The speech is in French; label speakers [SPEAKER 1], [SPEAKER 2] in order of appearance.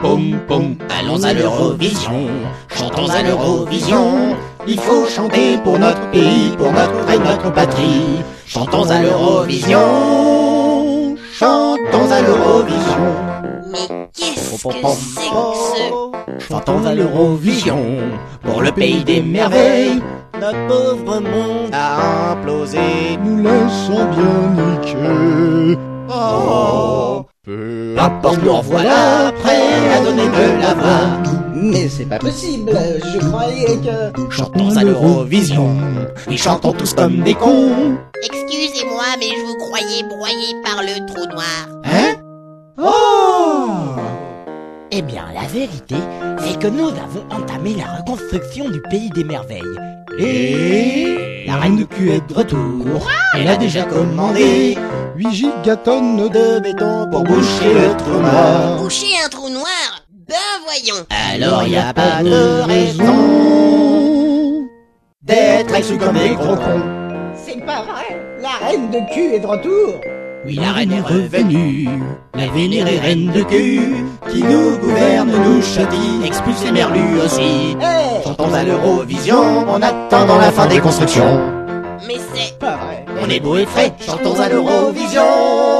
[SPEAKER 1] pom pom.
[SPEAKER 2] Allons à l'Eurovision, chantons à l'Eurovision. Il faut chanter pour notre pays, pour notre et notre patrie. Chantons à l'Eurovision, chantons à l'Eurovision.
[SPEAKER 3] Mais qu'est-ce que
[SPEAKER 2] Pom, pom,
[SPEAKER 3] c'est
[SPEAKER 2] pom.
[SPEAKER 3] que ce
[SPEAKER 2] Chantons à l'Eurovision, pour le pays des merveilles. Notre pauvre monde a implosé.
[SPEAKER 1] Nous laissons bien niquer. Oh, peu
[SPEAKER 2] Porte nous voilà prêt à donner de la voix.
[SPEAKER 4] Mais c'est pas possible, je croyais que...
[SPEAKER 2] Chantons à l'Eurovision, et chantons tous comme des cons.
[SPEAKER 3] Excusez-moi, mais je vous croyais broyé par le trou noir.
[SPEAKER 2] Hein
[SPEAKER 5] Eh bien, la vérité, c'est que nous avons entamé la reconstruction du pays des merveilles.
[SPEAKER 2] Et
[SPEAKER 5] La reine de cul est de retour.
[SPEAKER 2] elle a déjà commandé
[SPEAKER 1] 8 gigatonnes de...
[SPEAKER 2] de béton pour boucher le trou noir.
[SPEAKER 3] Boucher un trou noir Ben voyons
[SPEAKER 2] Alors y a pas de raison d'être exclu comme des gros cons.
[SPEAKER 4] C'est pas vrai La reine de cul est de retour
[SPEAKER 2] Oui, la reine est revenue, la vénérée reine de cul, qui nous gouverne, nous châtie, expulse les merlus aussi.
[SPEAKER 4] Eh
[SPEAKER 2] Chantons à l'Eurovision en attendant la fin des constructions.
[SPEAKER 3] Mais c'est...
[SPEAKER 4] Pas vrai
[SPEAKER 2] On est beau et frais, chantons à l'Eurovision.